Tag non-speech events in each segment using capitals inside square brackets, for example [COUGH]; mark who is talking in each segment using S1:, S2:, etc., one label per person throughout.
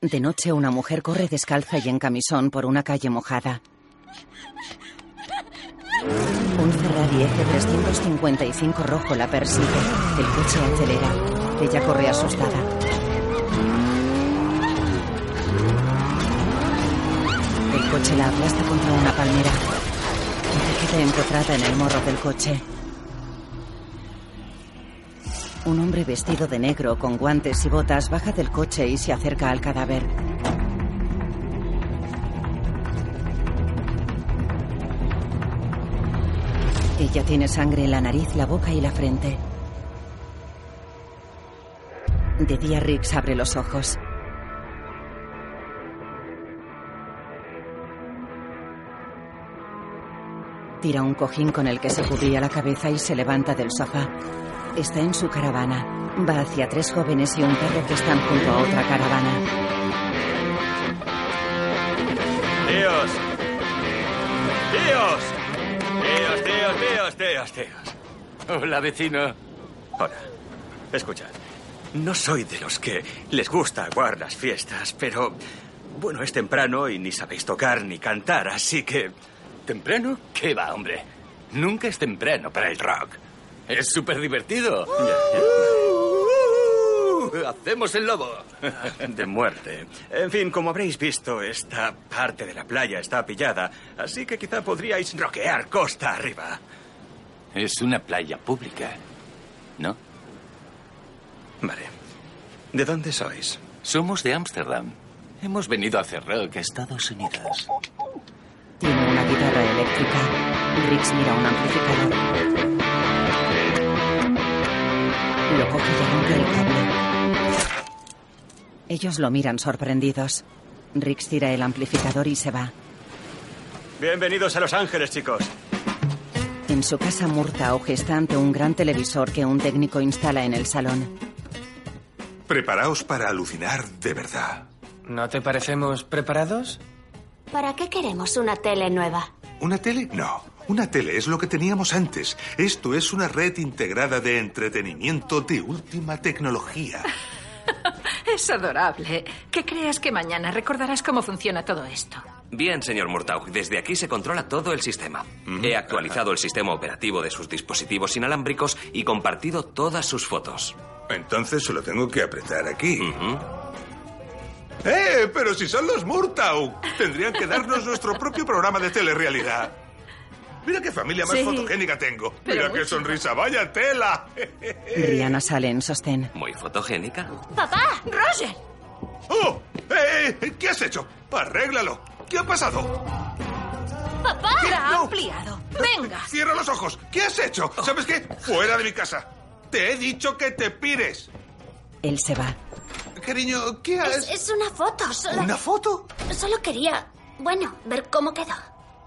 S1: De noche una mujer corre descalza y en camisón por una calle mojada. Un Ferrari F355 rojo la persigue. El coche acelera. Ella corre asustada. El coche la aplasta contra una palmera. Ella queda empotrada en el morro del coche. Un hombre vestido de negro con guantes y botas baja del coche y se acerca al cadáver. Ella tiene sangre en la nariz, la boca y la frente. De día Riggs abre los ojos. Tira un cojín con el que se cubría la cabeza y se levanta del sofá. Está en su caravana. Va hacia tres jóvenes y un perro que están junto a otra caravana.
S2: Tíos. Tíos. Tíos, tíos, tíos, tíos, tíos. Hola, vecino. Hola. Escuchad. No soy de los que les gusta aguar las fiestas, pero... Bueno, es temprano y ni sabéis tocar ni cantar, así que... ¿Temprano? ¿Qué va, hombre? Nunca es temprano para el rock. Es súper divertido. Hacemos el lobo. De muerte. En fin, como habréis visto, esta parte de la playa está pillada, así que quizá podríais roquear costa arriba.
S3: Es una playa pública, ¿no?
S2: Vale. ¿De dónde sois?
S3: Somos de Ámsterdam. Hemos venido a hacer rock a Estados Unidos.
S1: Tiene una guitarra eléctrica. Riggs mira un amplificador. Lo coge y arranca el cable. Ellos lo miran sorprendidos. Riggs tira el amplificador y se va.
S2: Bienvenidos a Los Ángeles, chicos.
S1: En su casa, Murtaugh está ante un gran televisor que un técnico instala en el salón.
S4: Preparaos para alucinar de verdad.
S5: ¿No te parecemos preparados?
S6: ¿Para qué queremos una tele nueva?
S4: ¿Una tele? No. Una tele es lo que teníamos antes. Esto es una red integrada de entretenimiento de última tecnología.
S7: Es adorable. Que creas que mañana recordarás cómo funciona todo esto.
S8: Bien, señor Murtaugh, desde aquí se controla todo el sistema. He actualizado el sistema operativo de sus dispositivos inalámbricos y compartido todas sus fotos.
S4: Entonces solo tengo que apretar aquí.
S7: Mm.
S4: ¡Eh! Pero si son los Murtaugh, tendrían
S7: [LAUGHS]
S4: que darnos nuestro propio programa de telerrealidad. Mira qué familia más
S7: Sí.
S4: fotogénica tengo.
S7: Pero
S4: Mira qué
S7: mucho.
S4: sonrisa, vaya tela. Eh,
S1: Rihanna sale en sostén.
S8: Muy fotogénica.
S6: ¡Papá!
S7: ¡Roger!
S4: ¡Oh! ¡Eh! eh, ¿Qué has hecho? Arréglalo. ¿Qué ha pasado?
S6: ¡Papá!
S7: La ha
S4: No.
S7: ampliado. Venga.
S4: Cierra los ojos. ¿Qué has hecho?
S7: Oh.
S4: ¿Sabes qué? Fuera de mi casa. Te he dicho que te pires.
S1: Él se va.
S4: Cariño, ¿qué
S6: Es,
S4: has...?
S6: es una foto. Solo,
S4: ¿Una foto?
S6: solo quería, bueno, ver cómo quedó.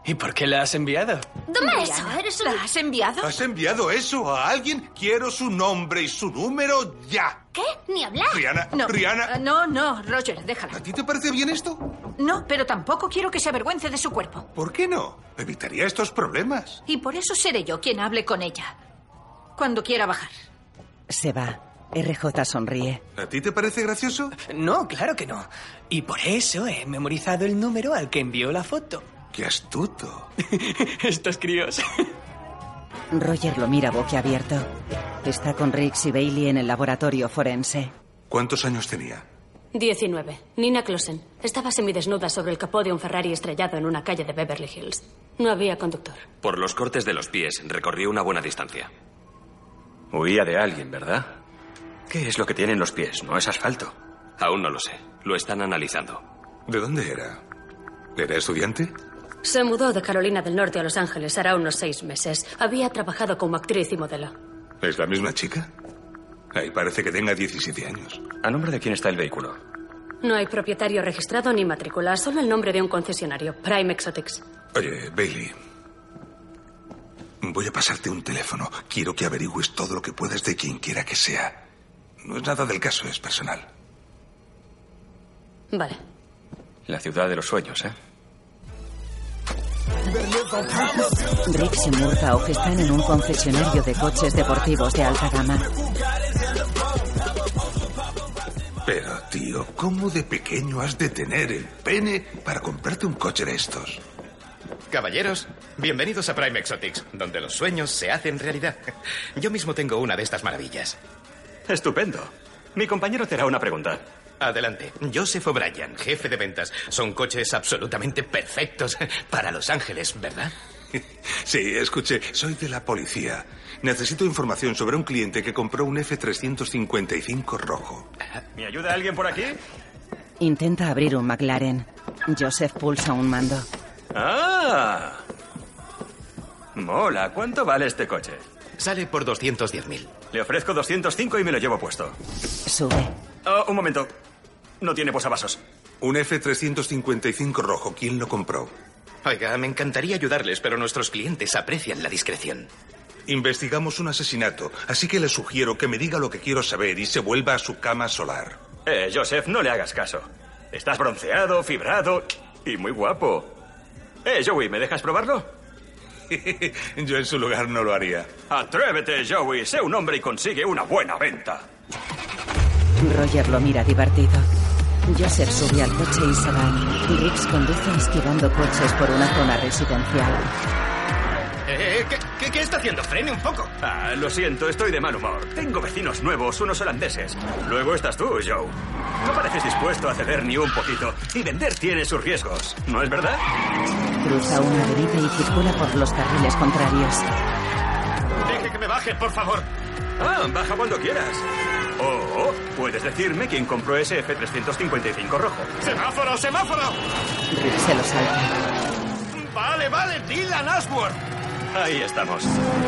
S5: ¿Y por qué la has enviado?
S6: Toma eso,
S7: Diana,
S6: eres
S7: ¿La
S6: un...
S7: has enviado?
S4: ¿Has enviado eso a alguien? Quiero su nombre y su número ya.
S6: ¿Qué? Ni hablar.
S4: Rihanna,
S7: No.
S4: Rihanna,
S7: Ah, No, no, Roger, déjala.
S4: ¿a ti te parece bien esto?
S7: No, pero tampoco quiero que se avergüence de su cuerpo.
S4: ¿Por qué no? Evitaría estos problemas.
S7: Y por eso seré yo quien hable con ella. Cuando quiera bajar.
S1: Se va. RJ sonríe.
S4: ¿A ti te parece gracioso?
S5: No, claro que no. Y por eso he memorizado el número al que envió la foto. [LAUGHS]
S4: Qué astuto.
S5: Estos críos.
S1: Roger lo mira boquiabierto. Está con Riggs y Bailey en el laboratorio forense.
S4: ¿Cuántos años tenía?
S9: 19. Nina Clausen. Estaba semidesnuda sobre el capó de un Ferrari estrellado en una calle de Beverly Hills. No había conductor.
S8: Por los cortes de los pies, recorrió una buena distancia.
S2: Huía de alguien, ¿verdad? ¿Qué es lo que tienen los pies? No es asfalto.
S8: Aún no lo sé. Lo están analizando.
S4: ¿De dónde era? ¿Era estudiante?
S9: Se mudó de Carolina del Norte a Los Ángeles hará unos seis meses. Había trabajado como actriz y modelo.
S4: ¿Es la misma chica? Ahí parece que tenga 17 años.
S2: ¿A nombre de quién está el vehículo?
S9: No hay propietario registrado ni matrícula, solo el nombre de un concesionario, Prime Exotics.
S4: Oye, Bailey. Voy a pasarte un teléfono. Quiero que averigües todo lo que puedas de quien quiera que sea. No es nada del caso, es personal.
S9: Vale.
S2: La ciudad de los sueños, ¿eh?
S1: Riggs y Murtaugh están en un concesionario de coches deportivos de alta gama.
S4: Pero, tío, ¿cómo de pequeño has de tener el pene para comprarte un coche de estos? [LAUGHS]
S10: Caballeros, bienvenidos a Prime Exotics, donde los sueños se hacen realidad. Yo mismo tengo una de estas maravillas.
S2: Estupendo. Mi compañero te hará una pregunta.
S10: Adelante. Joseph O'Brien, jefe de ventas. Son coches absolutamente perfectos para Los Ángeles, ¿verdad?
S4: Sí, escuche, soy de la policía. Necesito información sobre un cliente que compró un F-355 rojo.
S2: ¿Me ayuda alguien por aquí?
S1: Intenta abrir un McLaren. Joseph pulsa un mando.
S2: ¡Ah! Mola, ¿cuánto vale este coche?
S10: Sale por 210.000.
S2: Le ofrezco 205 y me lo llevo puesto.
S1: Sube.
S2: Ah, un momento. No tiene posavasos.
S4: Un F-355 rojo, ¿quién lo compró?
S10: Oiga, me encantaría ayudarles, pero nuestros clientes aprecian la discreción.
S4: Investigamos un asesinato, así que le sugiero que me diga lo que quiero saber y se vuelva a su cama solar. [LAUGHS]
S2: Eh, Joseph, no le hagas caso. Estás bronceado, fibrado y muy guapo. Eh, Joey, ¿me dejas probarlo?
S4: Yo en su lugar no lo haría.
S2: Atrévete, Joey. Sé un hombre y consigue una buena venta.
S1: Roger lo mira divertido. Joseph sube al coche y se va. Riggs conduce esquivando coches por una zona residencial.
S10: Eh, ¿qué, qué, qué está haciendo? Frene un poco.
S2: Ah, lo siento, estoy de mal humor. Tengo vecinos nuevos, unos holandeses. Luego estás tú, Joe. No pareces dispuesto a ceder ni un poquito. Y vender tiene sus riesgos, ¿no es verdad?
S1: Cruza una avenida y circula por los carriles contrarios.
S10: Deje que me baje, por favor.
S2: Ah, baja cuando quieras. Oh, oh, puedes decirme quién compró ese F-355 rojo.
S10: ¡Semáforo, semáforo!
S1: Riggs se lo salta.
S10: Vale, vale, Dylan Ashworth.
S2: Ahí estamos.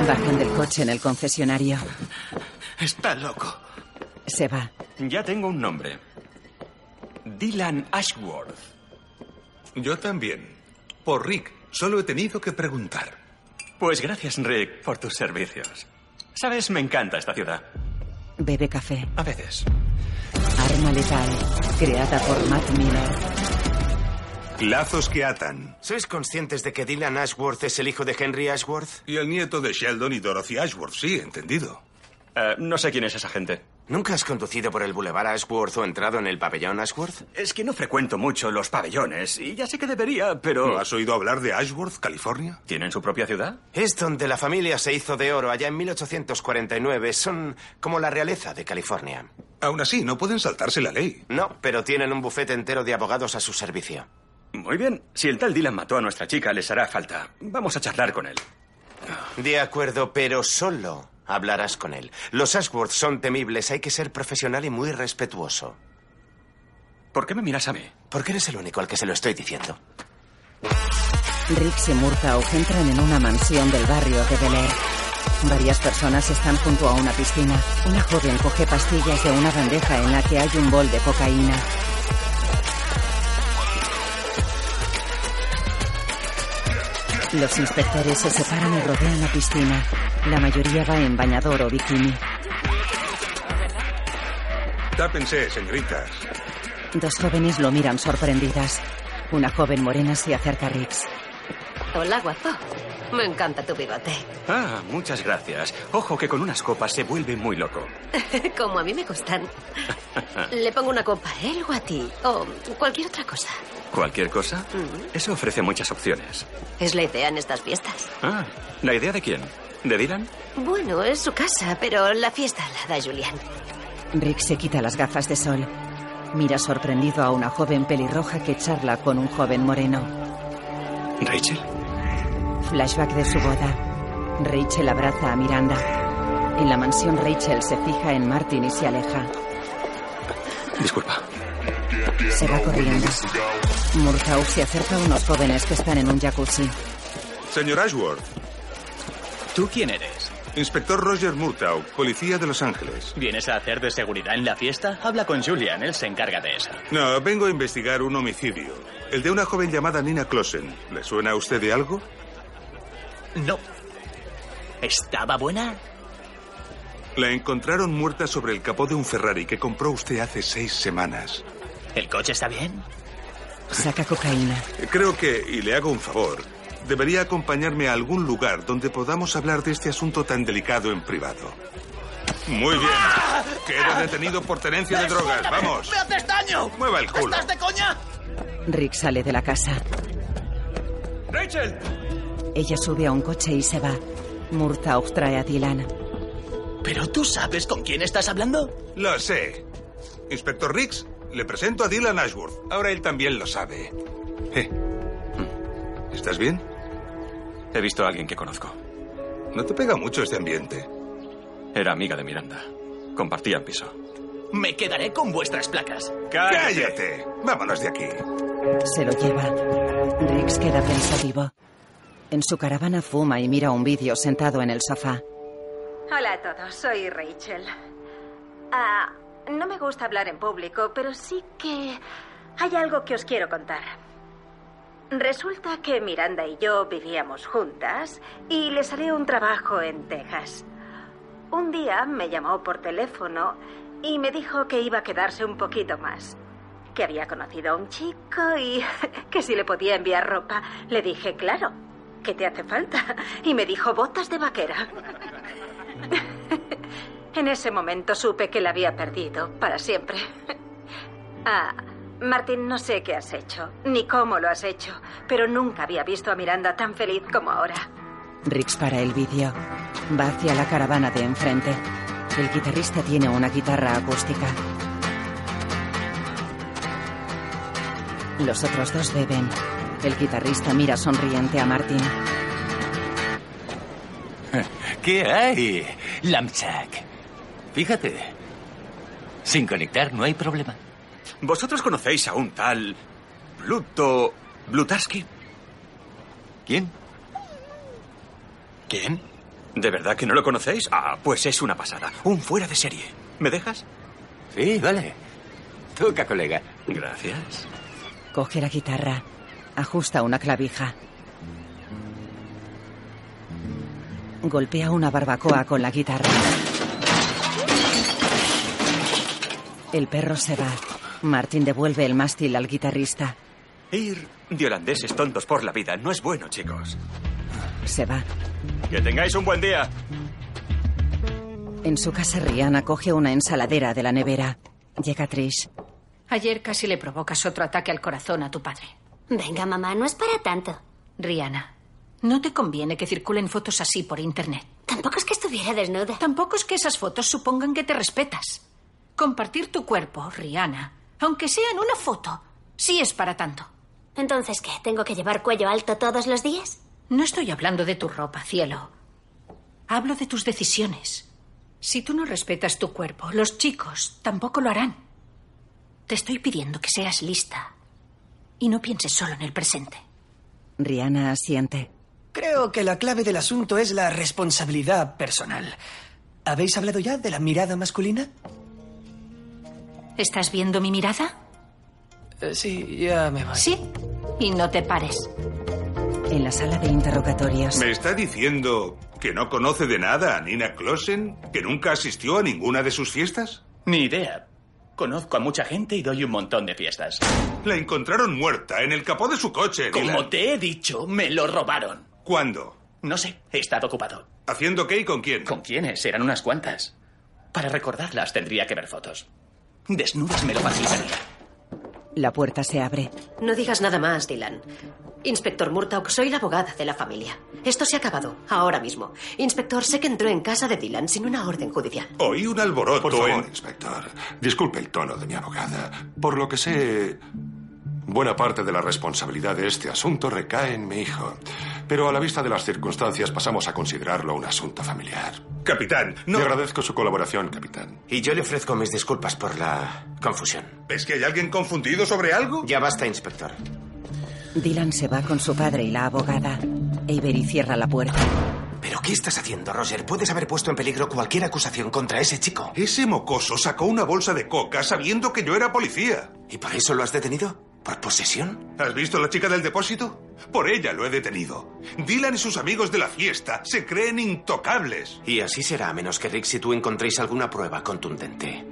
S1: Bajan del coche en el concesionario.
S10: Está loco.
S1: Se va.
S2: Ya tengo un nombre. Dylan Ashworth.
S4: Yo también. Por Rick, solo he tenido que preguntar.
S2: Pues gracias, Rick, por tus servicios. Sabes, me encanta esta ciudad.
S1: Bebe café.
S2: A veces.
S1: Arma letal. Creada por Matt Miller.
S4: Lazos que atan.
S11: ¿Sois conscientes de que Dylan Ashworth es el hijo de Henry Ashworth?
S4: Y el nieto de Sheldon y Dorothy Ashworth, sí, entendido.
S2: Eh, no sé quién es esa gente.
S11: ¿Nunca has conducido por el Boulevard Ashworth o entrado en el pabellón Ashworth?
S2: Es que no frecuento mucho los pabellones y ya sé que debería, pero...
S4: ¿No has oído hablar de Ashworth, California?
S2: ¿Tienen su propia ciudad?
S11: Es donde la familia se hizo de oro allá en 1849. Son como la realeza de California.
S4: Aún así, no pueden saltarse la ley.
S11: No, pero tienen un bufete entero de abogados a su servicio.
S2: Muy bien. Si el tal Dylan mató a nuestra chica, les hará falta. Vamos a charlar con él.
S11: De acuerdo, pero solo hablarás con él. Los Ashworth son temibles, hay que ser profesional y muy respetuoso.
S2: ¿Por qué me miras a mí?
S11: Porque eres el único al que se lo estoy diciendo.
S1: Riggs y Murtaugh entran en una mansión del barrio de Bel Air. Varias personas están junto a una piscina. Una joven coge pastillas de una bandeja en la que hay un bol de cocaína. Los inspectores se separan y rodean la piscina. La mayoría va en bañador o bikini.
S4: Tápense, señoritas.
S1: Dos jóvenes lo miran sorprendidas. Una joven morena se acerca a Riggs.
S12: Hola, guapo. Me encanta tu bigote.
S2: Ah, muchas gracias. Ojo que con unas copas se vuelve muy loco.
S12: Como a mí me gustan. Le pongo una copa a él o a ti. O cualquier otra cosa.
S2: ¿Cualquier cosa? Eso ofrece muchas opciones.
S12: Es la idea en estas fiestas.
S2: Ah, ¿la idea de quién? ¿De Dylan?
S12: Bueno, es su casa, pero la fiesta la da Julián.
S1: Riggs se quita las gafas de sol. Mira sorprendido a una joven pelirroja que charla con un joven moreno.
S2: ¿Rachel?
S1: Flashback de su boda. Rachel abraza a Miranda. En la mansión Rachel se fija en Martin y se aleja.
S2: Disculpa.
S1: Se va corriendo. Murtaugh se acerca a unos jóvenes que están en un jacuzzi.
S4: Señor Ashworth,
S13: ¿Tú quién eres?
S4: inspector Roger Murtaugh, policía de Los Ángeles.
S13: ¿Vienes a hacer de seguridad en la fiesta? Habla con Julian, él se encarga de eso.
S4: No, vengo a investigar un homicidio. El de una joven llamada Nina Closen. ¿Le suena a usted de algo?
S13: No. ¿Estaba buena?
S4: La encontraron muerta sobre el capó de un Ferrari que compró usted hace seis semanas.
S13: ¿El coche está bien?
S1: Saca cocaína.
S4: Creo que, y le hago un favor, debería acompañarme a algún lugar donde podamos hablar de este asunto tan delicado en privado. Muy bien. Queda detenido por tenencia de drogas.
S8: ¡Suéltame!
S4: Vamos.
S8: Ah. ¡Me haces daño!
S4: Mueva el culo.
S8: ¿Estás de coña?
S1: Rick sale de la casa.
S8: ¡Rachel!
S1: Ella sube a un coche y se va. Murtaugh trae a Dylan.
S8: ¿Pero tú sabes con quién estás hablando?
S4: Lo sé. Inspector Riggs, le presento a Dylan Ashworth. Ahora él también lo sabe. Eh. ¿Estás bien?
S2: He visto a alguien que conozco.
S4: No te pega mucho este ambiente.
S2: Era amiga de Miranda. Compartían piso.
S8: Me quedaré con vuestras placas.
S4: ¡Cállate! Vámonos de aquí.
S1: Se lo lleva. Rex queda pensativo. En su caravana fuma y mira un vídeo sentado en el sofá.
S14: Hola a todos, soy Rachel. Ah, no me gusta hablar en público, pero sí que hay algo que os quiero contar. Resulta que Miranda y yo vivíamos juntas y le salió un trabajo en Texas. Un día me llamó por teléfono y me dijo que iba a quedarse un poquito más. Que había conocido a un chico y [LAUGHS] que si le podía enviar ropa. Le dije, claro, ¿qué te hace falta? [LAUGHS] Y me dijo, botas de vaquera. [LAUGHS] En ese momento supe que la había perdido para siempre. [LAUGHS] Ah, Martín, no sé qué has hecho, ni cómo lo has hecho, pero nunca había visto a Miranda tan feliz como ahora.
S1: Rix para el vídeo. Va hacia la caravana de enfrente. El guitarrista tiene una guitarra acústica. Los otros dos beben. El guitarrista mira sonriente a Martin.
S15: ¿Qué hay, Lamchak? Fíjate. Sin conectar no hay problema.
S2: ¿Vosotros conocéis a un tal Pluto Blutarsky? ¿Quién? ¿Quién? ¿De verdad que no lo conocéis? Ah, pues es una pasada. Un fuera de serie. ¿Me dejas?
S15: Sí, vale. Toca, colega.
S2: Gracias.
S1: Coge la guitarra. Ajusta una clavija. Golpea una barbacoa con la guitarra. El perro se va. Martin devuelve el mástil al guitarrista.
S2: Ir de holandeses tontos por la vida no es bueno, chicos.
S1: Se va.
S2: Que tengáis un buen día.
S1: En su casa, Rihanna coge una ensaladera de la nevera. Llega Trish.
S16: Ayer casi le provocas otro ataque al corazón a tu padre.
S9: Venga, mamá, no es para tanto.
S16: Rihanna, no te conviene que circulen fotos así por internet.
S9: Tampoco es que estuviera desnuda.
S16: Tampoco es que esas fotos supongan que te respetas. Compartir tu cuerpo, Rihanna, aunque sea en una foto, sí es para tanto.
S9: Entonces, ¿qué? ¿Tengo que llevar cuello alto todos los días?
S16: No estoy hablando de tu ropa, cielo. Hablo de tus decisiones. Si tú no respetas tu cuerpo, los chicos tampoco lo harán. Te estoy pidiendo que seas lista y no pienses solo en el presente.
S1: Rihanna asiente.
S5: Creo que la clave del asunto es la responsabilidad personal. ¿Habéis hablado ya de la mirada masculina?
S16: ¿Estás viendo mi mirada?
S5: Eh, sí, ya me voy.
S16: Sí. Y no te pares.
S1: En la sala de interrogatorios.
S4: ¿Me está diciendo que no conoce de nada a Nina Klosen? ¿Que nunca asistió a ninguna de sus fiestas?
S17: Ni idea. Conozco a mucha gente y doy un montón de fiestas.
S4: La encontraron muerta en el capó de su coche.
S17: Como
S4: Dylan.
S17: te he dicho, me lo robaron.
S4: ¿Cuándo?
S17: No sé, he estado ocupado.
S4: ¿Haciendo qué y con quién?
S17: ¿Con quiénes? Eran unas cuantas. Para recordarlas tendría que ver fotos. Desnudas me lo facilitaría.
S1: La puerta se abre.
S18: No digas nada más, Dylan. Inspector Murtaugh, soy la abogada de la familia. Esto se ha acabado, ahora mismo. Inspector, sé que entró en casa de Dylan sin una orden judicial.
S4: Oí un alboroto
S19: Por favor,
S4: en-
S19: inspector. Disculpe el tono de mi abogada. Por lo que sé, buena parte de la responsabilidad de este asunto recae en mi hijo. Pero a la vista de las circunstancias pasamos a considerarlo un asunto familiar.
S4: Capitán, no...
S19: Le agradezco su colaboración, capitán.
S11: Y yo le ofrezco mis disculpas por la confusión.
S4: ¿Ves que hay alguien confundido sobre algo?
S11: Ya basta, inspector.
S1: Dylan se va con su padre y la abogada. Avery cierra la puerta.
S11: ¿Pero qué estás haciendo, Roger? Puedes haber puesto en peligro cualquier acusación contra ese chico.
S4: Ese mocoso sacó una bolsa de coca sabiendo que yo era policía.
S11: ¿Y por eso lo has detenido? ¿Por posesión?
S4: ¿Has visto a la chica del depósito? Por ella lo he detenido. Dylan y sus amigos de la fiesta se creen intocables.
S11: Y así será, a menos que Riggs y tú encontréis alguna prueba contundente.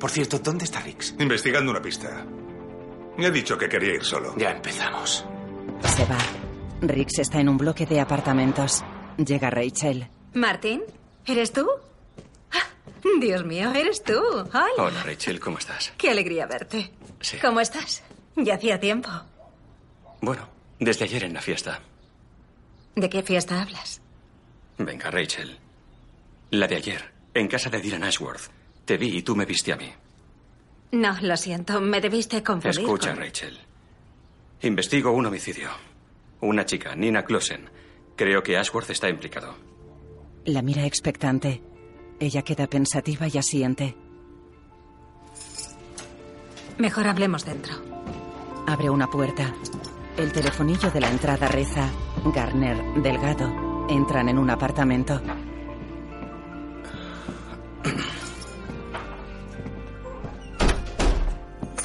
S11: Por cierto, ¿dónde está Riggs?
S4: Investigando una pista. Me ha dicho que quería ir solo.
S11: Ya empezamos.
S1: Se va. Rix está en un bloque de apartamentos. Llega Rachel.
S14: Martín, ¿eres tú? Ah,
S16: Dios mío, eres tú. Hola.
S2: Hola, Rachel, ¿cómo estás?
S16: Qué alegría verte.
S2: Sí.
S16: ¿Cómo estás? Ya hacía tiempo.
S2: Bueno, desde ayer en la fiesta.
S16: ¿De qué fiesta hablas?
S2: Venga, Rachel. La de ayer, en casa de Dylan Ashworth. Te vi y tú me viste a mí.
S16: No, lo siento, me debiste confundir.
S2: Escucha,
S16: con-
S2: Rachel. Investigo un homicidio. Una chica, Nina Closen. Creo que Ashworth está implicado.
S1: La mira expectante. Ella queda pensativa y asiente.
S16: Mejor hablemos dentro.
S1: Abre una puerta. El telefonillo de la entrada reza. Garner, Delgado. Entran en un apartamento.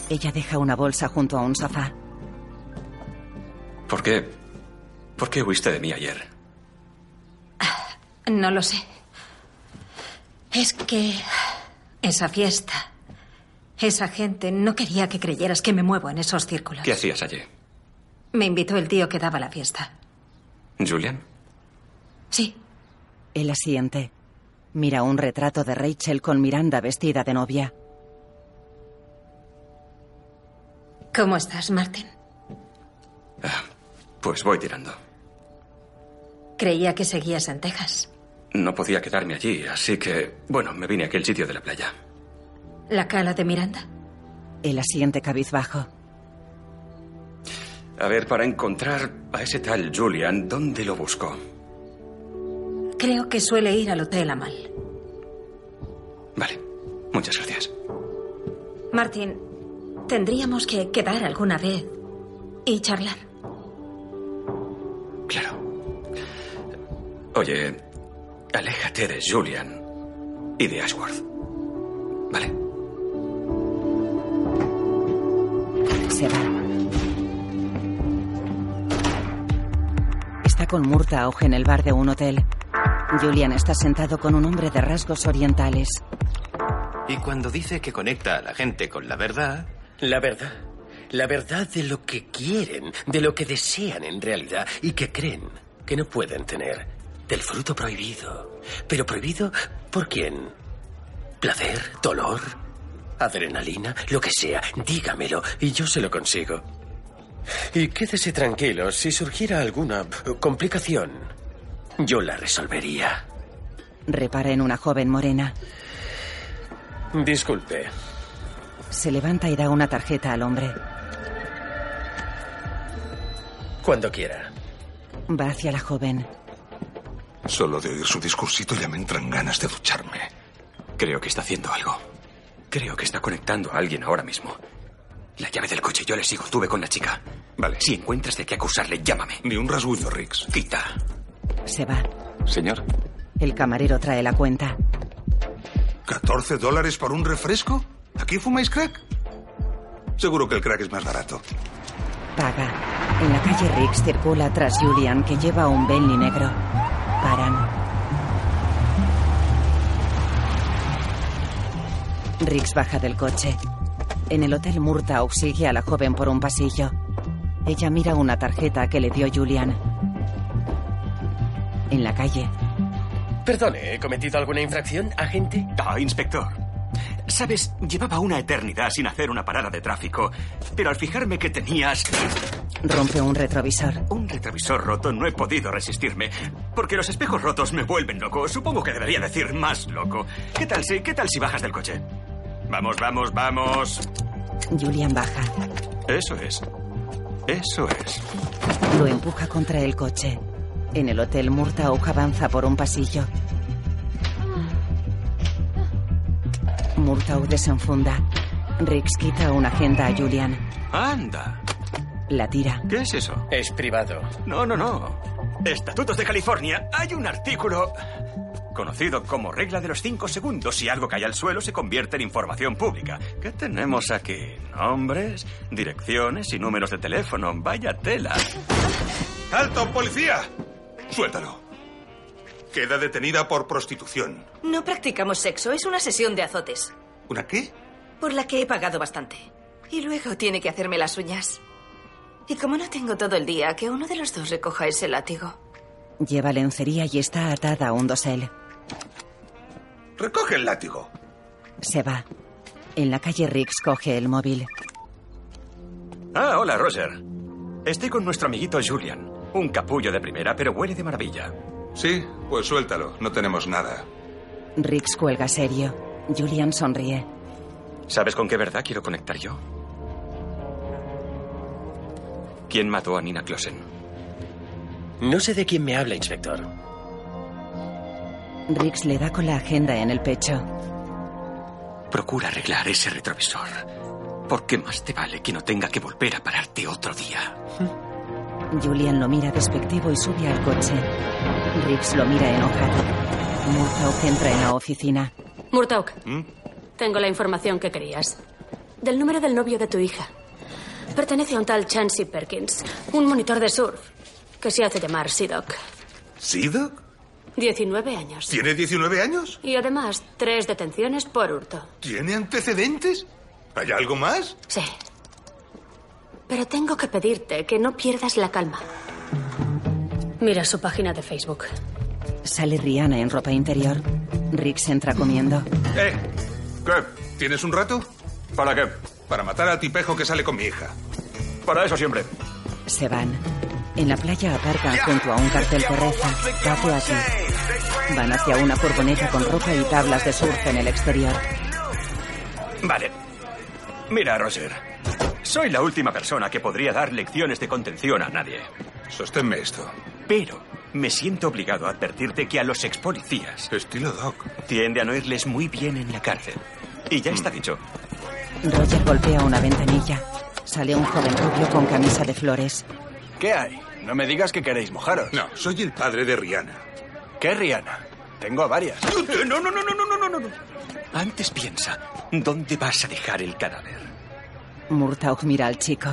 S1: Ella deja una bolsa junto a un sofá.
S2: ¿Por qué? ¿Por qué huiste de mí ayer?
S16: No lo sé. Es que esa fiesta, esa gente, no quería que creyeras que me muevo en esos círculos.
S2: ¿Qué hacías allí?
S16: Me invitó el tío que daba la fiesta.
S2: ¿Julian?
S16: Sí.
S1: Él asiente. Mira un retrato de Rachel con Miranda vestida de novia.
S16: ¿Cómo estás, Martin?
S2: Pues voy tirando.
S16: Creía que seguías en Texas.
S2: No podía quedarme allí, así que, bueno, me vine a aquel sitio de la playa.
S16: La cala de Miranda.
S1: Él asiente cabizbajo.
S2: A ver, para encontrar a ese tal Julian, ¿dónde lo busco?
S16: Creo que suele ir al hotel Amal.
S2: Muchas gracias.
S16: Martin, tendríamos que quedar alguna vez y charlar.
S2: Oye, aléjate de Julian y de Ashworth.
S1: Se va. Está con Murta Auge en el bar de un hotel. Julian está sentado con un hombre de rasgos orientales.
S10: Y cuando dice que conecta a la gente con la verdad,
S20: La verdad. La verdad de lo que quieren, de lo que desean en realidad y que creen que no pueden tener. Del fruto prohibido. ¿Pero prohibido por quién? ¿Placer? ¿Dolor? ¿Adrenalina? Lo que sea. Dígamelo y yo se lo consigo. Y quédese tranquilo, si surgiera alguna eh, complicación, yo la resolvería.
S1: Repara en una joven morena.
S20: Disculpe.
S1: Se levanta y da una tarjeta al hombre.
S20: Cuando quiera.
S1: Va hacia la joven.
S4: Solo de oír su discursito ya me entran ganas de ducharme.
S2: Creo que está haciendo algo. Creo que está conectando a alguien ahora mismo. La llave del coche, yo le sigo, tuve con la chica. Vale. Si encuentras de qué acusarle, llámame.
S4: Ni un rasguño, Rix.
S2: Quita.
S1: Se va.
S3: Señor.
S1: El camarero trae la cuenta.
S4: ¿14 dólares por un refresco? ¿Aquí fumáis crack? Seguro que el crack es más barato.
S1: Paga. En la calle Riggs circula tras Julian que lleva un Bentley negro. Paran. Riggs baja del coche. En el hotel Murta sigue a la joven por un pasillo. Ella mira una tarjeta que le dio Julian. En la calle,
S20: Perdone, ¿he cometido alguna infracción, agente?
S2: Ah, inspector. Sabes, llevaba una eternidad sin hacer una parada de tráfico, pero al fijarme que tenías
S1: rompe un retrovisor.
S2: un retrovisor roto no he podido resistirme, porque los espejos rotos me vuelven loco. Supongo que debería decir más loco. ¿Qué tal si, qué tal si bajas del coche? Vamos, vamos, vamos.
S1: Julian baja.
S2: Eso es. Eso es.
S1: Lo empuja contra el coche. En el hotel Murta avanza por un pasillo. Murtaugh desenfunda. Riggs quita una agenda a Julian.
S2: Anda.
S1: La tira.
S2: ¿Qué es eso?
S20: Es privado.
S2: No, no, no. Estatutos de California. Hay un artículo conocido como regla de los cinco segundos. Si algo cae al suelo, se convierte en información pública. ¿Qué tenemos aquí? Nombres, direcciones y números de teléfono. Vaya tela.
S4: ¡Alto, policía! Suéltalo. Queda detenida por prostitución.
S21: No practicamos sexo, es una sesión de azotes,
S4: ¿Una qué?
S21: por la que he pagado bastante. Y luego tiene que hacerme las uñas. Y como no tengo todo el día, que uno de los dos recoja ese látigo.
S1: Lleva lencería y está atada a un dosel.
S22: Recoge el látigo.
S1: Se va. En la calle Riggs coge el móvil.
S2: Ah, hola, Roger. Estoy con nuestro amiguito Julian. Un capullo de primera, pero huele de maravilla.
S4: Sí, pues suéltalo, no tenemos nada.
S1: Riggs cuelga serio. Julian sonríe.
S2: ¿Sabes con qué verdad quiero conectar yo? ¿Quién mató a Nina Closen?
S20: No sé de quién me habla, inspector.
S1: Riggs le da con la agenda en el pecho.
S2: Procura arreglar ese retrovisor. Porque más te vale que no tenga que volver a pararte otro día.
S1: Julian lo mira despectivo y sube al coche. Riggs lo mira enojado. Murtaugh entra en la oficina.
S9: Murtaugh, tengo la información que querías. Del número del novio de tu hija. Pertenece a un tal Chansey Perkins, un monitor de surf, que se hace llamar Sidok.
S22: ¿Sidoc?
S9: 19 años.
S22: ¿Tiene 19 años?
S9: Y además, tres detenciones por hurto.
S22: ¿Tiene antecedentes? ¿Hay algo más?
S9: Sí. Pero tengo que pedirte que no pierdas la calma. Mira su página de Facebook.
S1: Sale Rihanna en ropa interior. Riggs entra comiendo.
S4: ¿Eh? ¿Qué? ¿Tienes un rato? ¿Para qué? Para matar al tipejo que sale con mi hija. Para eso siempre.
S1: Se van. En la playa aparcan junto a un cartel que reza Gato aquí. Van hacia una furgoneta con ropa y tablas de surf en el exterior.
S2: Vale. Mira, Roger. Soy la última persona que podría dar lecciones de contención a nadie.
S4: Sosténme esto.
S2: Pero me siento obligado a advertirte que a los expolicías.
S4: Estilo Doc.
S2: Tiende a no irles muy bien en la cárcel. Y ya está dicho.
S1: Roger golpea una ventanilla. Sale un joven rubio con camisa de flores.
S23: ¿Qué hay? No me digas que queréis mojaros.
S4: No, soy el padre de Rihanna.
S23: ¿Qué Rihanna? Tengo a varias.
S2: No, no, no, no, no, no, no, no. Antes piensa, ¿dónde vas a dejar el cadáver?
S1: Murtaugh mira al chico.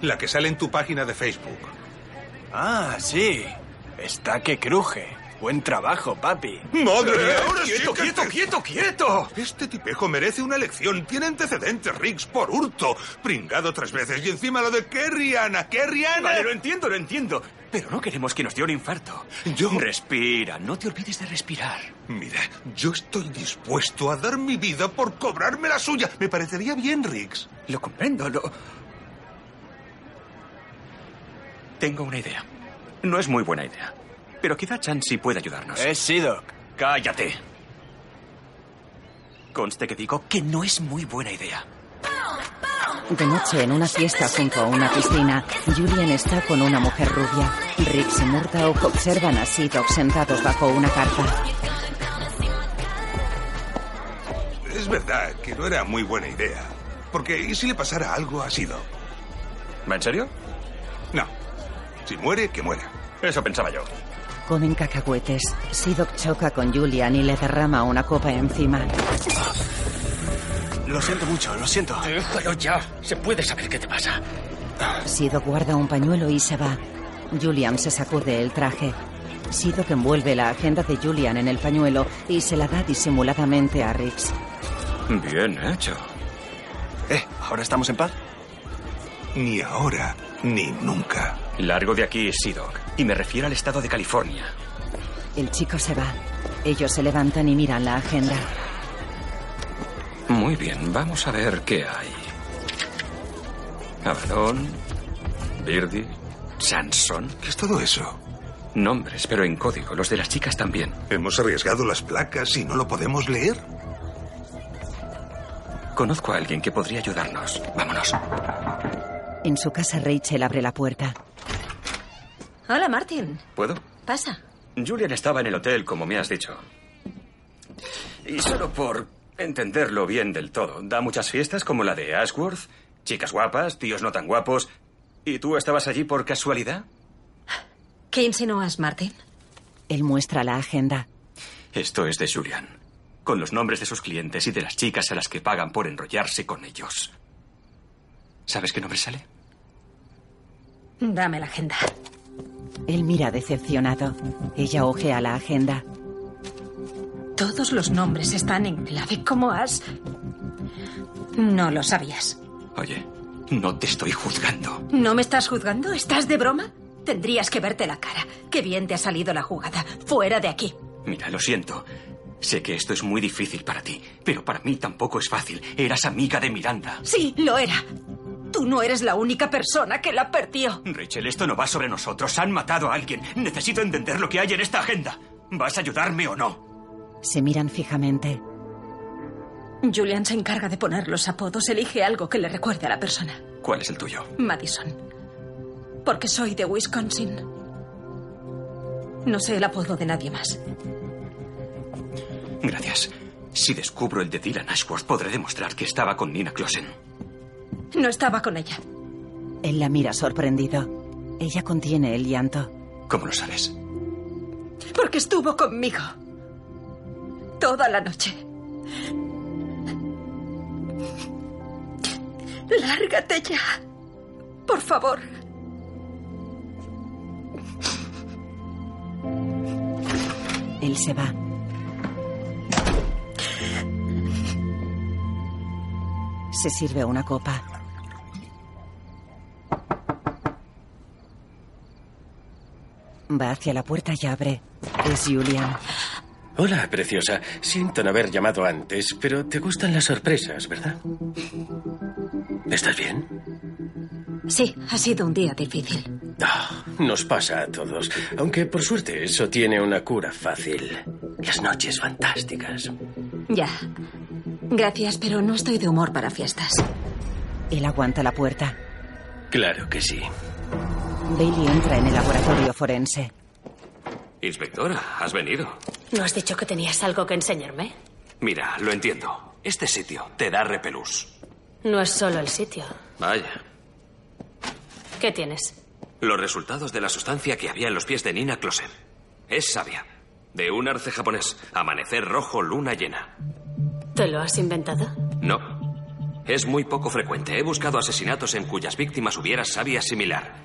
S4: La que sale en tu página de Facebook.
S23: Ah, sí. Está que cruje. Buen trabajo, papi.
S4: ¡Madre mía!
S22: ¡Quieto, quieto, quieto, quieto!
S4: Este tipejo merece una elección. Tiene antecedentes, Riggs, por hurto. Pringado tres veces y encima lo de qué Rihanna, qué Rihanna.
S2: Vale, lo entiendo, lo entiendo. Pero no queremos que nos dé un infarto.
S4: Yo-
S2: Respira, no te olvides de respirar.
S4: Mira, yo estoy dispuesto a dar mi vida por cobrarme la suya. Me parecería bien, Riggs.
S2: Lo comprendo, lo... Tengo una idea. No es muy buena idea. Pero quizá Chansey puede ayudarnos.
S23: Es Sidok.
S2: Cállate. Conste que digo que no es muy buena idea.
S1: De noche, en una fiesta junto a una piscina, Julian está con una mujer rubia. Riggs y Murtaugh observan a Sidok sentados bajo una carpa.
S4: Es verdad que no era muy buena idea. Porque ¿y si le pasara algo a Sido?
S2: ¿Va en serio?
S4: No. Si muere, que muera.
S2: Eso pensaba yo.
S1: Comen cacahuetes. Sidok choca con Julian y le derrama una copa encima.
S23: Lo siento mucho, lo siento.
S20: Déjalo ya. Se puede saber qué te pasa.
S1: Sidok guarda un pañuelo y se va. Julian se sacude el traje. Sidok envuelve la agenda de Julian en el pañuelo y se la da disimuladamente a Riggs.
S2: Bien hecho.
S23: Eh, ¿ahora estamos en paz?
S4: Ni ahora, ni nunca.
S2: Largo de aquí, Sidok. Y me refiero al estado de California.
S1: El chico se va. Ellos se levantan y miran la agenda.
S2: Muy bien, vamos a ver qué hay. Avalon, Birdie, Sanson.
S4: ¿Qué es todo eso?
S2: Nombres, pero en código. Los de las chicas también.
S4: Hemos arriesgado las placas y no lo podemos leer.
S2: Conozco a alguien que podría ayudarnos. Vámonos.
S1: En su casa, Rachel abre la puerta.
S12: Hola, Martin.
S2: ¿Puedo?
S12: Pasa.
S2: Julian estaba en el hotel, como me has dicho. Y solo por entenderlo bien del todo, da muchas fiestas como la de Ashworth, chicas guapas, tíos no tan guapos. ¿Y tú estabas allí por casualidad?
S16: ¿Qué insinúas, Martin?
S1: Él muestra la agenda.
S2: Esto es de Julian, con los nombres de sus clientes y de las chicas a las que pagan por enrollarse con ellos. ¿Sabes qué nombre sale?
S16: Dame la agenda.
S1: Él mira decepcionado. Ella ojea la agenda.
S16: Todos los nombres están en clave. ¿Cómo has...? No lo sabías.
S2: Oye, no te estoy juzgando.
S16: ¿No me estás juzgando? ¿Estás de broma? Tendrías que verte la cara. Qué bien te ha salido la jugada. Fuera de aquí.
S2: Mira, lo siento. Sé que esto es muy difícil para ti, pero para mí tampoco es fácil. Eras amiga de Miranda.
S16: Sí, lo era. Tú no eres la única persona que la perdió.
S2: Rachel, esto no va sobre nosotros. Han matado a alguien. Necesito entender lo que hay en esta agenda. ¿Vas a ayudarme o no?
S1: Se miran fijamente.
S16: Julian se encarga de poner los apodos. Elige algo que le recuerde a la persona.
S2: ¿Cuál es el tuyo?
S16: Madison. Porque soy de Wisconsin. No sé el apodo de nadie más.
S2: Gracias. Si descubro el de Dylan Ashworth, podré demostrar que estaba con Nina Closen.
S16: No estaba con ella.
S1: Él la mira sorprendido. Ella contiene el llanto.
S2: ¿Cómo lo sabes?
S16: Porque estuvo conmigo. Toda la noche. Lárgate ya. Por favor.
S1: Él se va. Se sirve una copa. Va hacia la puerta y abre. Es Julian.
S20: Hola, preciosa. Siento no haber llamado antes, pero te gustan las sorpresas, ¿verdad? ¿Estás bien?
S16: Sí, ha sido un día difícil.
S20: Ah, nos pasa a todos. Aunque por suerte eso tiene una cura fácil. Las noches fantásticas.
S16: Ya. Gracias, pero no estoy de humor para fiestas.
S1: Él aguanta la puerta.
S20: Claro que sí.
S1: Bailey entra en el laboratorio forense.
S8: Inspectora, has venido.
S9: ¿No has dicho que tenías algo que enseñarme?
S8: Mira, lo entiendo. Este sitio te da repelús.
S9: No es solo el sitio.
S8: Vaya.
S9: ¿Qué tienes?
S8: Los resultados de la sustancia que había en los pies de Nina Closet. Es sabia. De un arce japonés. Amanecer rojo, luna llena.
S9: ¿Te lo has inventado?
S8: No. Es muy poco frecuente. He buscado asesinatos en cuyas víctimas hubiera sabia similar.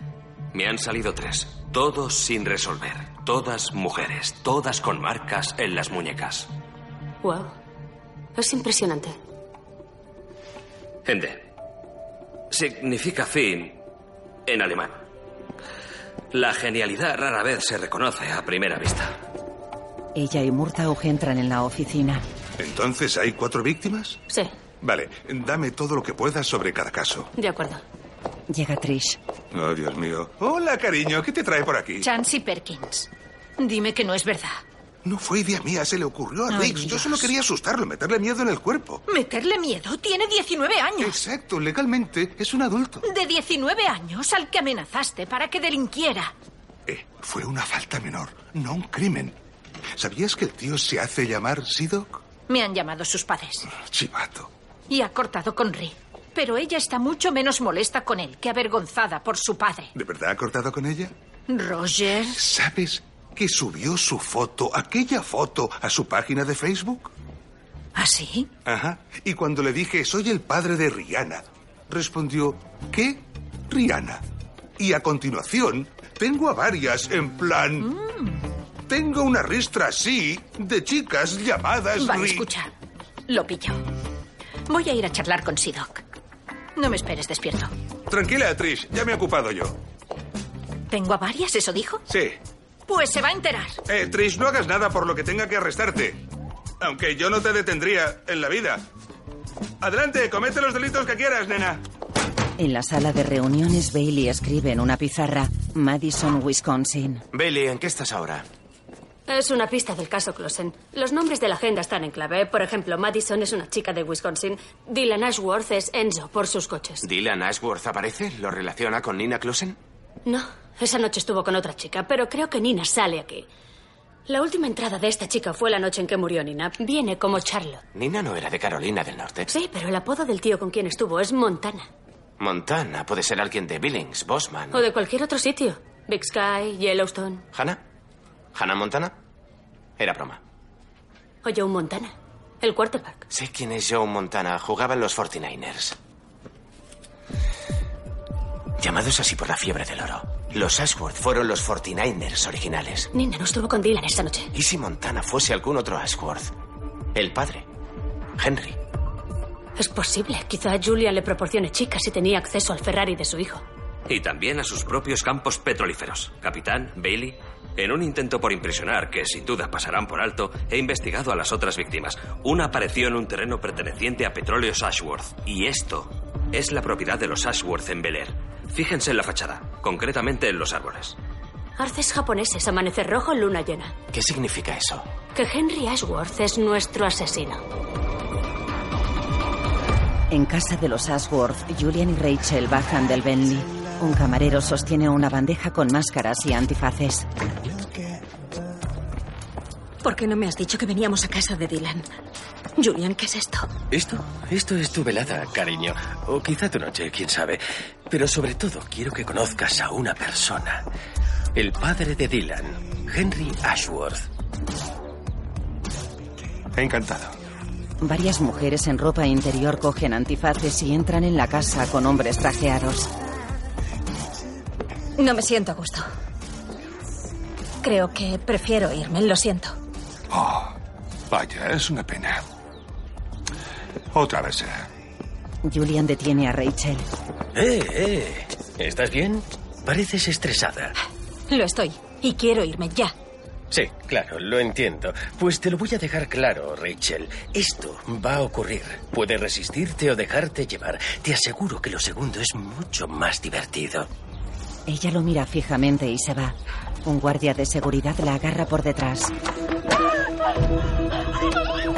S8: Me han salido tres. Todos sin resolver. Todas mujeres. Todas con marcas en las muñecas.
S9: Wow. Es impresionante.
S8: Ende. Significa fin en alemán. La genialidad rara vez se reconoce a primera vista.
S1: Ella y Murtaugh entran en la oficina.
S4: Entonces, ¿hay cuatro víctimas?
S9: Sí,
S4: Vale, dame todo lo que puedas sobre cada caso.
S9: de acuerdo.
S1: Llega Trish.
S4: Oh, Dios mío. Hola, cariño. ¿Qué te trae por aquí?
S7: Chansey Perkins. Dime que no es verdad.
S4: No fue idea mía, se le ocurrió a
S7: Ay,
S4: Riggs. Yo
S7: Dios.
S4: solo quería asustarlo, meterle miedo en el cuerpo.
S7: ¿Meterle miedo? Tiene 19 años.
S4: Exacto, legalmente es un adulto.
S7: De 19 años al que amenazaste para que delinquiera.
S4: Eh, Fue una falta menor, no un crimen. ¿Sabías que el tío se hace llamar Sidok?
S7: Me han llamado sus padres.
S4: Chivato.
S7: Y ha cortado con Ri. Pero ella está mucho menos molesta con él que avergonzada por su padre.
S4: ¿De verdad ha cortado con ella?
S7: Roger.
S4: ¿Sabes que subió su foto, aquella foto, a su página de Facebook?
S7: ¿Así?
S4: Ajá. Y cuando le dije, soy el padre de Rihanna, respondió, ¿qué? Rihanna. Y a continuación, tengo a varias en plan...
S7: Mm.
S4: Tengo una ristra así de chicas llamadas
S7: Vale,
S4: Ri-
S7: escucha. Lo pillo. Voy a ir a charlar con Sidok. No me esperes despierto.
S4: Tranquila, Trish, ya me he ocupado yo.
S7: ¿Tengo a varias, eso dijo?
S4: Sí.
S7: Pues se va a enterar.
S4: Eh, Trish, no hagas nada por lo que tenga que arrestarte. Aunque yo no te detendría en la vida. Adelante, comete los delitos que quieras, nena.
S1: En la sala de reuniones, Bailey escribe en una pizarra Madison, Wisconsin.
S11: Bailey, ¿en qué estás ahora?
S9: Es una pista del caso Closen. Los nombres de la agenda están en clave. Por ejemplo, Madison es una chica de Wisconsin. Dylan Ashworth es Enzo por sus coches.
S11: ¿Dylan Ashworth aparece? ¿Lo relaciona con Nina Closen?
S9: No, esa noche estuvo con otra chica, pero creo que Nina sale aquí. La última entrada de esta chica fue la noche en que murió Nina. Viene como Charlotte.
S11: Nina no era de Carolina del Norte.
S9: Sí, pero el apodo del tío con quien estuvo es Montana.
S11: Montana, puede ser alguien de Billings, Bosman.
S9: O de cualquier otro sitio. Big Sky, Yellowstone.
S11: ¿Hannah? ¿Hannah Montana? Era broma.
S9: O Joe Montana. El quarterback.
S11: Sé quién es Joe Montana. Jugaba en los 49ers. Llamados así por la fiebre del oro. Los Ashworth fueron los 49ers originales.
S9: Nina no estuvo con Dylan esa noche.
S11: ¿Y si Montana fuese algún otro Ashworth? El padre. Henry.
S9: Es posible. Quizá Julia le proporcione chicas si tenía acceso al Ferrari de su hijo.
S8: Y también a sus propios campos petrolíferos. Capitán, Bailey, En un intento por impresionar, que sin duda pasarán por alto, he investigado a las otras víctimas. Una apareció en un terreno perteneciente a Petróleos Ashworth. Y esto es la propiedad de los Ashworth en Bel Air. Fíjense en la fachada, concretamente en los árboles.
S24: Arces japoneses, amanecer rojo, luna llena.
S2: ¿Qué significa eso?
S24: Que Henry Ashworth es nuestro asesino.
S1: En casa de los Ashworth, Julian y Rachel bajan del Bentley. Un camarero sostiene una bandeja con máscaras y antifaces.
S9: ¿Por qué no me has dicho que veníamos a casa de Dylan? Julian, ¿qué es esto?
S2: Esto, esto es tu velada, cariño. O quizá tu noche, quién sabe. Pero sobre todo quiero que conozcas a una persona. El padre de Dylan, Henry Ashworth.
S25: Encantado.
S1: Varias mujeres en ropa interior cogen antifaces y entran en la casa con hombres trajeados.
S9: No me siento a gusto. Creo que prefiero irme, lo siento.
S25: Oh, vaya, es una pena. Otra vez eh. será.
S1: Julian detiene a Rachel.
S2: Eh, eh. ¿Estás bien? Pareces estresada.
S9: Lo estoy. Y quiero irme ya.
S2: Sí, claro, lo entiendo. Pues te lo voy a dejar claro, Rachel. Esto va a ocurrir. Puedes resistirte o dejarte llevar. Te aseguro que lo segundo es mucho más divertido.
S1: Ella lo mira fijamente y se va. Un guardia de seguridad la agarra por detrás.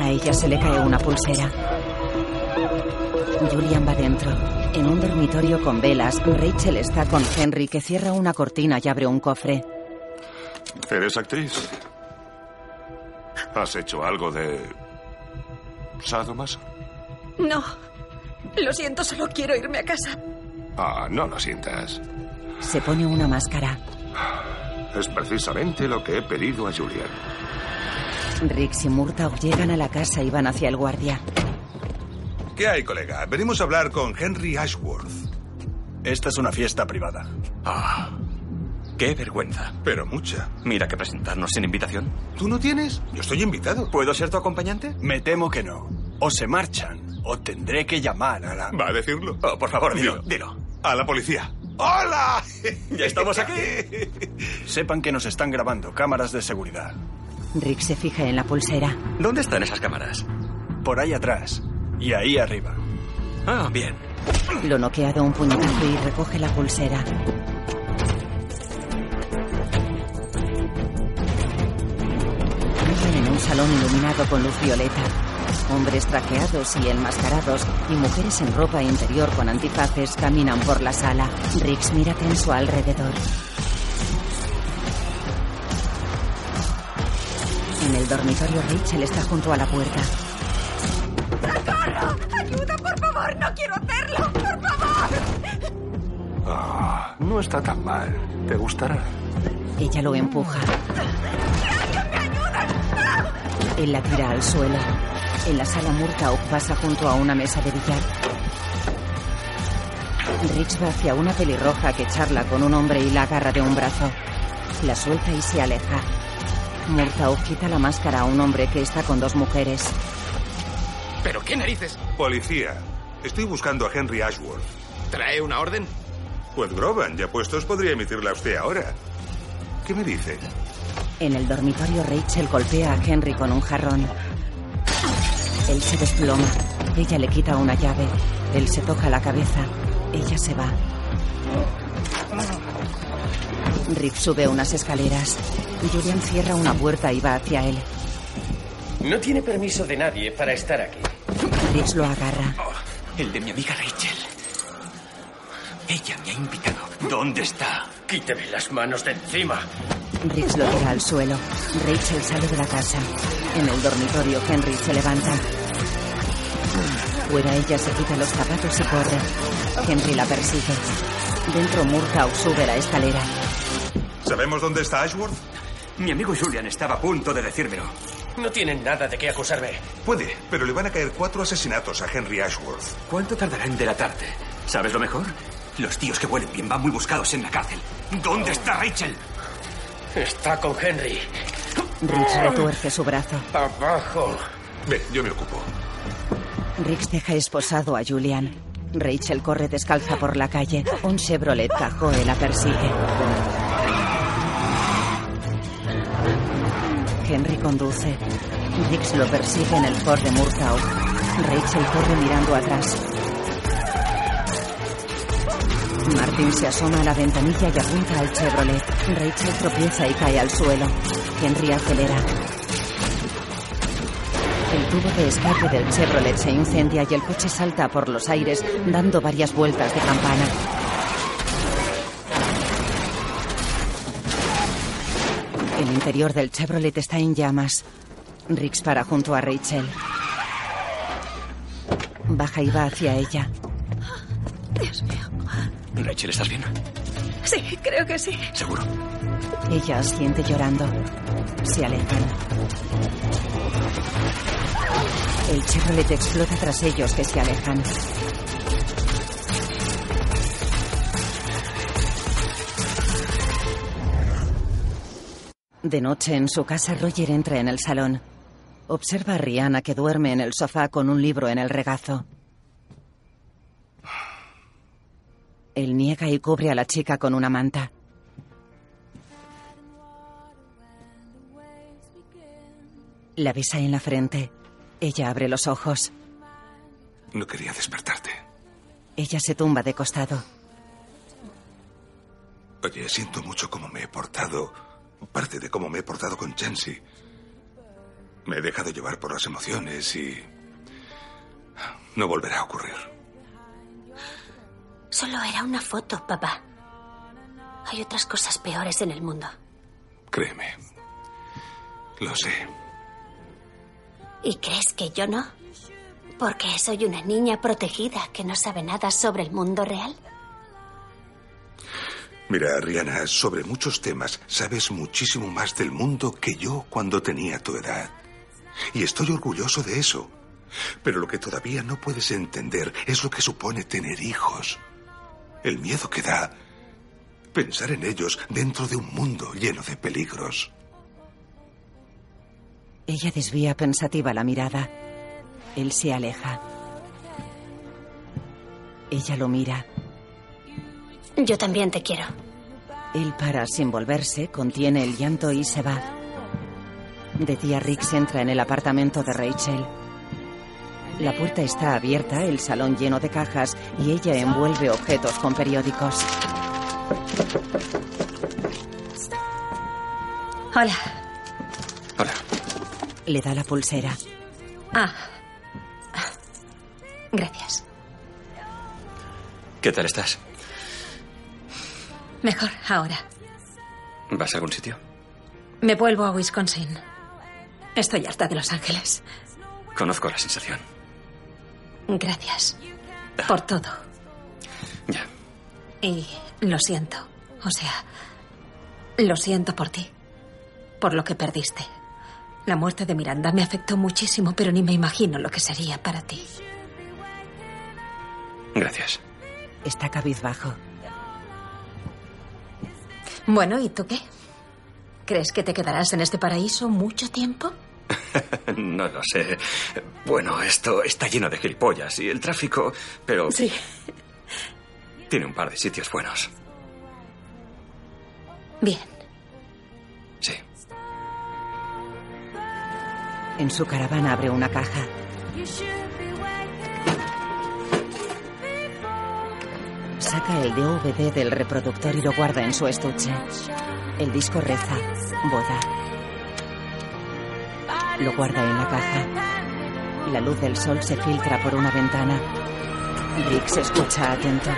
S1: A ella se le cae una pulsera. Julian va dentro. En un dormitorio con velas, Rachel está con Henry que cierra una cortina y abre un cofre.
S25: ¿Eres actriz? ¿Has hecho algo de... Sadomas?
S9: No. Lo siento, solo quiero irme a casa.
S25: Ah, no lo sientas.
S1: Se pone una máscara.
S25: Es precisamente lo que he pedido a Julian.
S1: Rix y Murtaugh llegan a la casa y van hacia el guardia.
S4: ¿Qué hay, colega? Venimos a hablar con Henry Ashworth.
S5: Esta es una fiesta privada.
S8: Ah, qué vergüenza.
S4: Pero mucha.
S8: Mira que presentarnos sin invitación.
S4: ¿Tú no tienes? Yo estoy invitado.
S8: ¿Puedo ser tu acompañante?
S5: Me temo que no. O se marchan, o tendré que llamar a la...
S4: ¿Va a decirlo?
S8: Oh, por favor, dilo, dilo.
S4: A la policía. ¡Hola!
S8: [LAUGHS]
S4: [LAUGHS]
S8: ¿Ya estamos aquí?
S5: [LAUGHS] Sepan que nos están grabando cámaras de seguridad.
S1: Rick se fija en la pulsera.
S8: ¿Dónde están esas cámaras?
S5: Por ahí atrás. Y ahí arriba.
S8: Ah, bien.
S1: Lo noquea de un puñetazo y recoge la pulsera. Entran en un salón iluminado con luz violeta. Hombres trajeados y enmascarados y mujeres en ropa interior con antifaces caminan por la sala. Rix mira tenso alrededor. En el dormitorio Rachel está junto a la puerta.
S26: ¡Socorro! ¡Ayuda, por favor! ¡No quiero hacerlo! ¡Por favor!
S25: Ah, no está tan mal. ¿Te gustará?
S1: Ella lo empuja. Él la tira al suelo. En la sala Murtaugh pasa junto a una mesa de billar. Rich va hacia una pelirroja que charla con un hombre y la agarra de un brazo. La suelta y se aleja. Murtaugh quita la máscara a un hombre que está con dos mujeres.
S27: ¿Pero qué narices?
S4: Policía, estoy buscando a Henry Ashworth.
S27: ¿Trae una orden?
S4: Pues Groban, ya puestos, podría emitirla usted ahora. ¿Qué me dice?
S1: En el dormitorio Rachel golpea a Henry con un jarrón. Él se desploma. Ella le quita una llave. Él se toca la cabeza. Ella se va. Rick sube unas escaleras. Julian cierra una puerta y va hacia él.
S2: No tiene permiso de nadie para estar aquí.
S1: Rick lo agarra.
S28: Oh, el de mi amiga Rachel. Ella me ha invitado. ¿Dónde está?
S2: Quíteme las manos de encima.
S1: Rix lo tira al suelo. Rachel sale de la casa. En el dormitorio, Henry se levanta. Fuera ella se quita los zapatos y corre. Henry la persigue. Dentro, Murtaugh sube la escalera.
S4: ¿Sabemos dónde está Ashworth?
S8: Mi amigo Julian estaba a punto de decírmelo.
S2: No tienen nada de qué acusarme.
S4: Puede, pero le van a caer cuatro asesinatos a Henry Ashworth.
S8: ¿Cuánto tardará en delatarte? ¿Sabes lo mejor? Los tíos que huelen bien van muy buscados en la cárcel. ¿Dónde está Rachel?
S2: Está con Henry.
S1: Rix retuerce su brazo.
S2: Abajo.
S4: Ven, yo me ocupo.
S1: Rix deja esposado a Julian. Rachel corre descalza por la calle. Un Chevrolet Cajoe la persigue. Henry conduce. Dix lo persigue en el Ford de Murtaugh. Rachel corre mirando atrás. Martin se asoma a la ventanilla y apunta al Chevrolet. Rachel tropieza y cae al suelo. Henry acelera. El tubo de escape del Chevrolet se incendia y el coche salta por los aires dando varias vueltas de campana. El interior del Chevrolet está en llamas. Rix para junto a Rachel. Baja y va hacia ella.
S21: Dios mío.
S2: Rachel, ¿estás bien?
S21: Sí, creo que sí.
S2: Seguro.
S1: Ella asiente llorando. Se alejan. El Chevrolet explota tras ellos que se alejan. De noche en su casa, Roger entra en el salón. Observa a Rihanna que duerme en el sofá con un libro en el regazo. Él niega y cubre a la chica con una manta. La besa en la frente. Ella abre los ojos.
S29: No quería despertarte.
S1: Ella se tumba de costado.
S29: Oye, siento mucho cómo me he portado. Parte de cómo me he portado con Chansey. Me he dejado llevar por las emociones y... No volverá a ocurrir.
S6: Solo era una foto, papá. Hay otras cosas peores en el mundo.
S29: Créeme. Lo sé.
S6: ¿Y crees que yo no? Porque soy una niña protegida que no sabe nada sobre el mundo real.
S29: Mira, Rihanna, sobre muchos temas sabes muchísimo más del mundo que yo cuando tenía tu edad. Y estoy orgulloso de eso. Pero lo que todavía no puedes entender es lo que supone tener hijos. El miedo que da pensar en ellos dentro de un mundo lleno de peligros.
S1: Ella desvía pensativa la mirada. Él se aleja. Ella lo mira.
S6: Yo también te quiero.
S1: Él para sin volverse, contiene el llanto y se va. De día, Rix entra en el apartamento de Rachel. La puerta está abierta, el salón lleno de cajas y ella envuelve objetos con periódicos.
S16: Hola.
S2: Hola.
S1: Le da la pulsera.
S16: Ah. Ah. Gracias.
S2: ¿Qué tal estás?
S16: Mejor ahora.
S2: ¿Vas a algún sitio?
S16: Me vuelvo a Wisconsin. Estoy harta de Los Ángeles.
S2: Conozco la sensación.
S16: Gracias. Por todo.
S2: Ya.
S16: Y lo siento. O sea, lo siento por ti. Por lo que perdiste. La muerte de Miranda me afectó muchísimo, pero ni me imagino lo que sería para ti.
S2: Gracias.
S1: Está cabizbajo.
S16: Bueno, ¿y tú qué? ¿Crees que te quedarás en este paraíso mucho tiempo?
S2: no lo sé. Bueno, esto está lleno de gilipollas y el tráfico, pero...
S16: Sí.
S2: Tiene un par de sitios buenos.
S16: Bien.
S2: Sí.
S1: En su caravana abre una caja. Saca el DVD del reproductor y lo guarda en su estuche. El disco reza, boda. Lo guarda en la caja. La luz del sol se filtra por una ventana. Rick se escucha atento.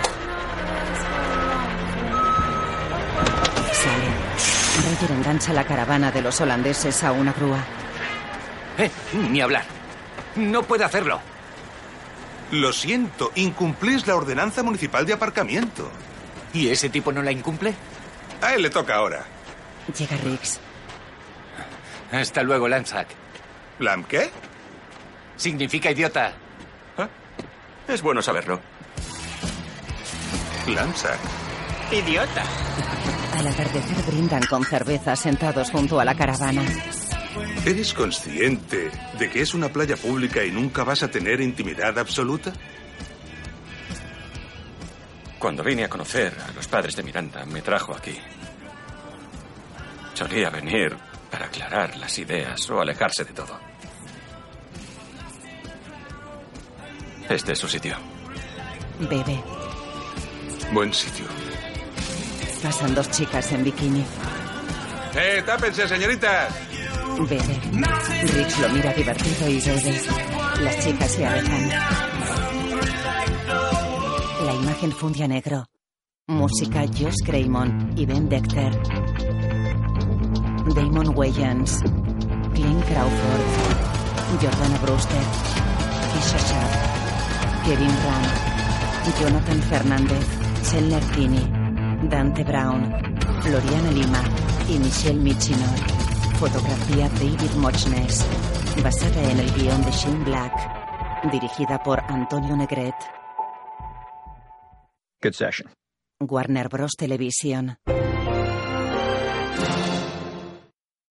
S1: Sale. Roger engancha la caravana de los holandeses a una grúa.
S2: Eh, ni hablar. No puedo hacerlo.
S4: Lo siento, incumplís la ordenanza municipal de aparcamiento.
S3: ¿Y ese tipo no la incumple?
S4: A él le toca ahora.
S1: Llega Riggs.
S3: Hasta luego, Lanzac.
S4: ¿Lam qué?
S3: Significa idiota.
S2: Es bueno saberlo.
S4: Lanzac.
S3: Idiota.
S1: Al atardecer brindan con cerveza sentados junto a la caravana.
S4: ¿Eres consciente de que es una playa pública y nunca vas a tener intimidad absoluta?
S2: Cuando vine a conocer a los padres de Miranda, me trajo aquí. Solía venir
S8: para aclarar las ideas o alejarse de todo. Este es su sitio.
S1: Bebe.
S29: Buen sitio.
S1: Pasan dos chicas en bikini.
S4: ¡Eh, tápense, señoritas!
S1: Bebe. Rix lo mira divertido y bebe. Las chicas se alejan. La imagen funde a negro. Música Josh Craymon y Ben Dexter. Damon Wayans. Clint Crawford. Jordana Brewster. Keisha Sharp. Kevin Ram. Jonathan Fernández. Chandler Kinney. Dante Brown. Floriana Lima. Y Michelle Michinor. Fotografía David Mochnes, basada en el guión de Shane Black, dirigida por Antonio Negret.
S30: Good session.
S1: Warner Bros. Televisión.